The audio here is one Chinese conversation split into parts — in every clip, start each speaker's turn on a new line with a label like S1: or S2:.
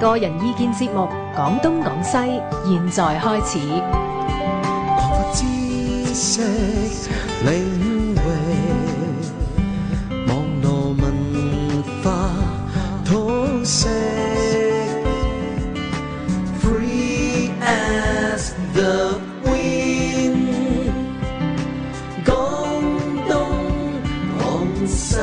S1: 個人意見節目《廣東廣西》，現在開始。
S2: 擴闊知識領域，網絡文化通識，free as the wind。廣東廣西。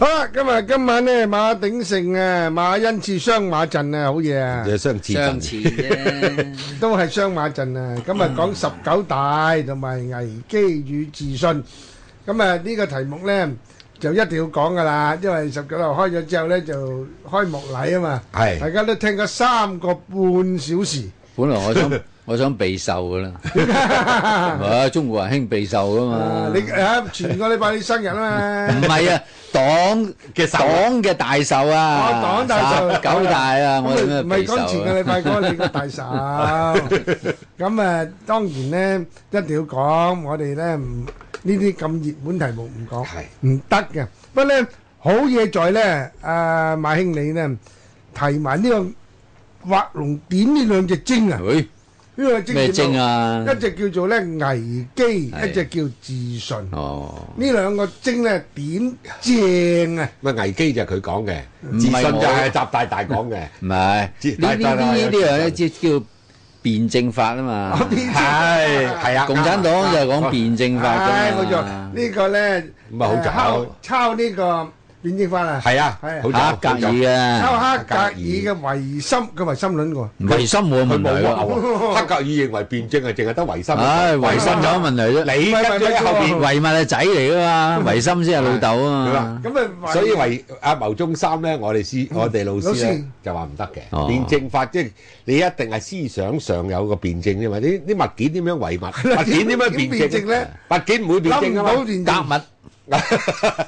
S3: 好啦，今日今晚咧馬鼎盛啊，馬恩賜雙馬陣啊，好嘢啊，
S4: Dạ.
S5: 相似啫，
S3: 都係雙馬陣啊。咁啊講十九大同埋危機與自信。咁啊呢個題目咧就一定要講噶啦，因為十九大開咗之後咧就開幕禮啊嘛，
S5: 係
S3: 大家都聽咗三個半小時。
S5: 本來我想我想避售噶啦，係咪中國人興避售噶嘛
S3: 啊，你啊前個禮拜你生日啊嘛
S5: 唔。係啊，黨
S4: 嘅
S5: 黨嘅大壽啊，
S3: 我黨大壽
S5: 十九大啊，我點
S3: 咁咪
S5: 樣
S3: 唔係
S5: 避
S3: 講前個
S5: 售
S3: 禮
S5: 啊？
S3: 拜嗰個你個大手， 咁啊當然咧一定要講，我哋咧唔呢啲咁熱門題目唔講
S5: 係
S3: 唔得嘅。不過咧好嘢在咧，啊馬兄你咧提埋呢個畫龍點呢兩隻精啊，
S5: 喂，
S3: 呢兩隻
S5: 咩精
S3: 叫
S5: 啊？
S3: 做？一隻叫做咧危機，
S5: 係
S3: 一隻叫自信。
S5: 哦，
S3: 呢兩個精咧點正啊！
S4: 咪危機就係佢講嘅，
S5: 唔係
S4: 自信就係
S5: 我。
S4: 習大大講嘅。
S5: 唔係呢
S4: 知
S5: 呢呢
S4: 大大
S5: 呢
S4: 有
S5: 呢樣
S4: 自
S5: 咧，即叫辯證法啊嘛。
S4: 係，係啊，
S5: 共產黨就係講辯證法
S3: 唉，冇
S5: 㗎
S3: 錯，
S5: 嘛。
S3: 呢個咧
S4: 咁啊好
S3: 誒
S4: 搞
S3: 抄抄呢個變證法啊，
S4: 係啊，
S3: 係啊。
S4: 好就-
S5: 黑格爾
S3: 抄
S5: 嘅，
S3: 黑格爾嘅唯心，佢唯心論喎。
S5: 唯心冇問題 喎。
S4: 好就-佢冇話喎，黑格爾認為辯證係淨係得唯心。
S5: 唉，唯心有乜問題啫？
S4: 你
S3: 唔係，
S4: 跟住喺
S3: 唔係，
S4: 後面，
S3: 唔係，
S5: 唯物係仔嚟噶嘛，唯心先係老豆啊嘛。
S3: 咁啊，
S4: 所以唯-阿牟宗三呢，我哋師-我哋老師呢，
S3: 老師。
S4: 就話唔得嘅。
S5: 哦。
S4: 辯證法即係你一定係思想上有個辯證啫嘛，啲-啲物件點樣唯物？物件點樣辯證？
S3: 點辯證呢？諗唔
S4: 物件唔會辯證㗎嘛。
S3: 到辯
S5: 夾
S3: 證，
S5: 物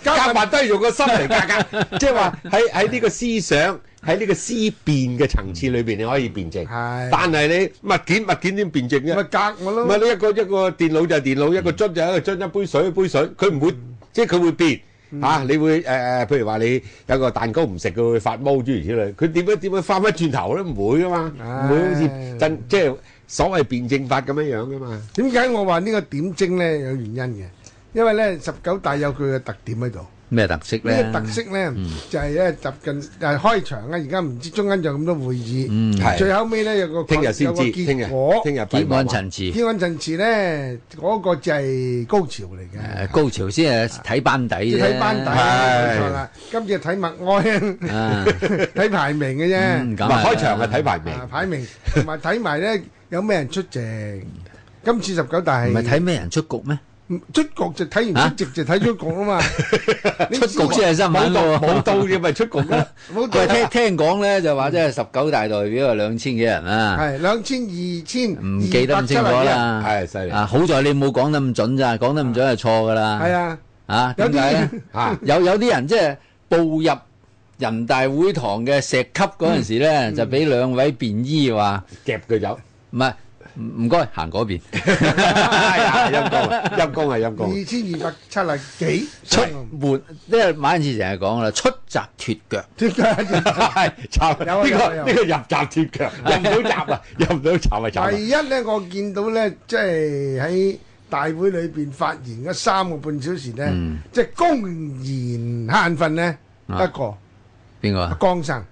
S4: 夾埋都係用個心嚟夾夾， 即係話喺喺呢個思想喺呢個思辨嘅層次裏邊，你可以辯證。
S3: 係
S4: 但係你物件物件點辯證
S3: 咪
S4: 啫？
S3: 隔我
S4: 唔
S3: 咯。
S4: 係你一個一個電腦就係電腦，一個樽就係一個樽，一杯水一杯水，佢唔會即係佢會變。嚇、你會誒誒、譬如話你有個蛋糕唔食，佢會發毛諸如此類。佢點樣點樣翻返轉頭咧？唔會噶嘛，唔會好
S3: 唉
S4: 似真即係所謂辯證法咁樣樣噶嘛。
S3: 點解我話呢個點睛咧有原因嘅？因為咧十九大有佢嘅特點喺度。
S5: 咩特色咧？
S3: 呢個特色咧就係咧習近誒開場啊，而家唔知中間有咁多會
S5: 嗯
S3: 議，
S4: 係
S3: 最後尾咧有個
S4: 聽日先
S3: 有個
S4: 知，聽日
S3: 結果。
S4: 聽日閉
S5: 結
S4: 幕啊
S5: 案陳詞，
S3: 天安陣時咧，嗰、個就係高潮嚟嘅，
S5: 誒高潮先係睇班底啫。
S3: 要睇班底
S4: 係
S3: 冇錯啦。今次係睇默哀，
S5: 啊，
S3: 睇排名嘅
S5: 嗯
S3: 啫，
S5: 咁
S4: 唔係
S5: 啊
S4: 開場係睇排名。
S3: 啊排名同埋睇埋咧有咩人出席。今次十九大係
S5: 唔係睇咩人出局咩？
S3: 出局就睇完出席就睇出局啊嘛，
S5: 出局先係新聞
S4: 冇到-
S5: 喎。
S4: 冇到嘅咪出局咯。
S3: 冇
S5: 佢
S3: 睇
S5: 聽聽講咧，就話即係十九大代表係兩千幾人啦，
S3: 係兩千二千，
S5: 唔記得咁清楚
S3: à?
S5: 啦。
S4: 係，犀利。
S5: 啊，好在你冇講得咁準咋，講得咁準就錯噶啦。
S3: 係啊，
S5: 啊，
S3: 有
S5: 點解咧
S3: 啲？
S4: 啊，
S5: 有有啲人即係步入人大會堂嘅石級嗰陣時咧，
S4: 嗯
S5: 就俾兩位便衣話
S4: 夾佢走。
S5: 唔係唔唔該行嗰邊
S4: 哎呀，陰公啊，陰公啊，陰公。
S3: 二千二百七啊幾
S5: 出門，即係馬恩賜成日講啦，出閘脱 腳。
S4: 係，插-
S3: 有啊，
S4: 呢個-
S3: 有啊，有啊。
S4: 呢個入閘貼腳，入唔到閘啊，入唔到閘啊，慘啊。
S3: 第一咧，我見到咧，即係喺大會裏邊發言嗰三個半小時咧，即係公然慳瞓咧，
S5: 啊
S3: 得個
S5: 邊個啊？
S3: 江生，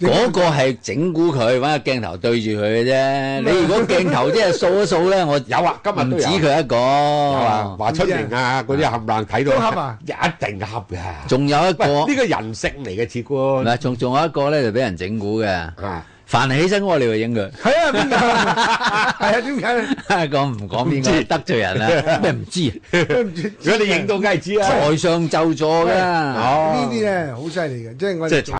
S5: 嗰個係整蠱佢，揾個鏡頭對住佢嘅啫。你如果鏡頭即係掃一掃咧，我唔
S4: 啊 有啊，今日都有。
S5: 止佢哦一個，
S4: 有啊，華春瑩啊，嗰啲冚唪唥睇到。
S3: 啊都恰啊？
S4: 一定恰㗎。
S5: 仲有一個
S4: 喂，呢個人性嚟嘅，似乎。啊
S5: 嗱，仲仲有一個咧就俾人整蠱嘅，凡係起身屙尿就影佢。
S3: 係啊，邊個？ 係啊，點解咧？
S5: 講唔講邊個得罪人啦？咩唔知？
S3: 對唔住呢
S4: 啊，如果你影到，梗係知啦。哦
S5: 台上就座㗎。
S3: 啲咧好犀利嘅，即係我哋
S4: 即係
S3: 做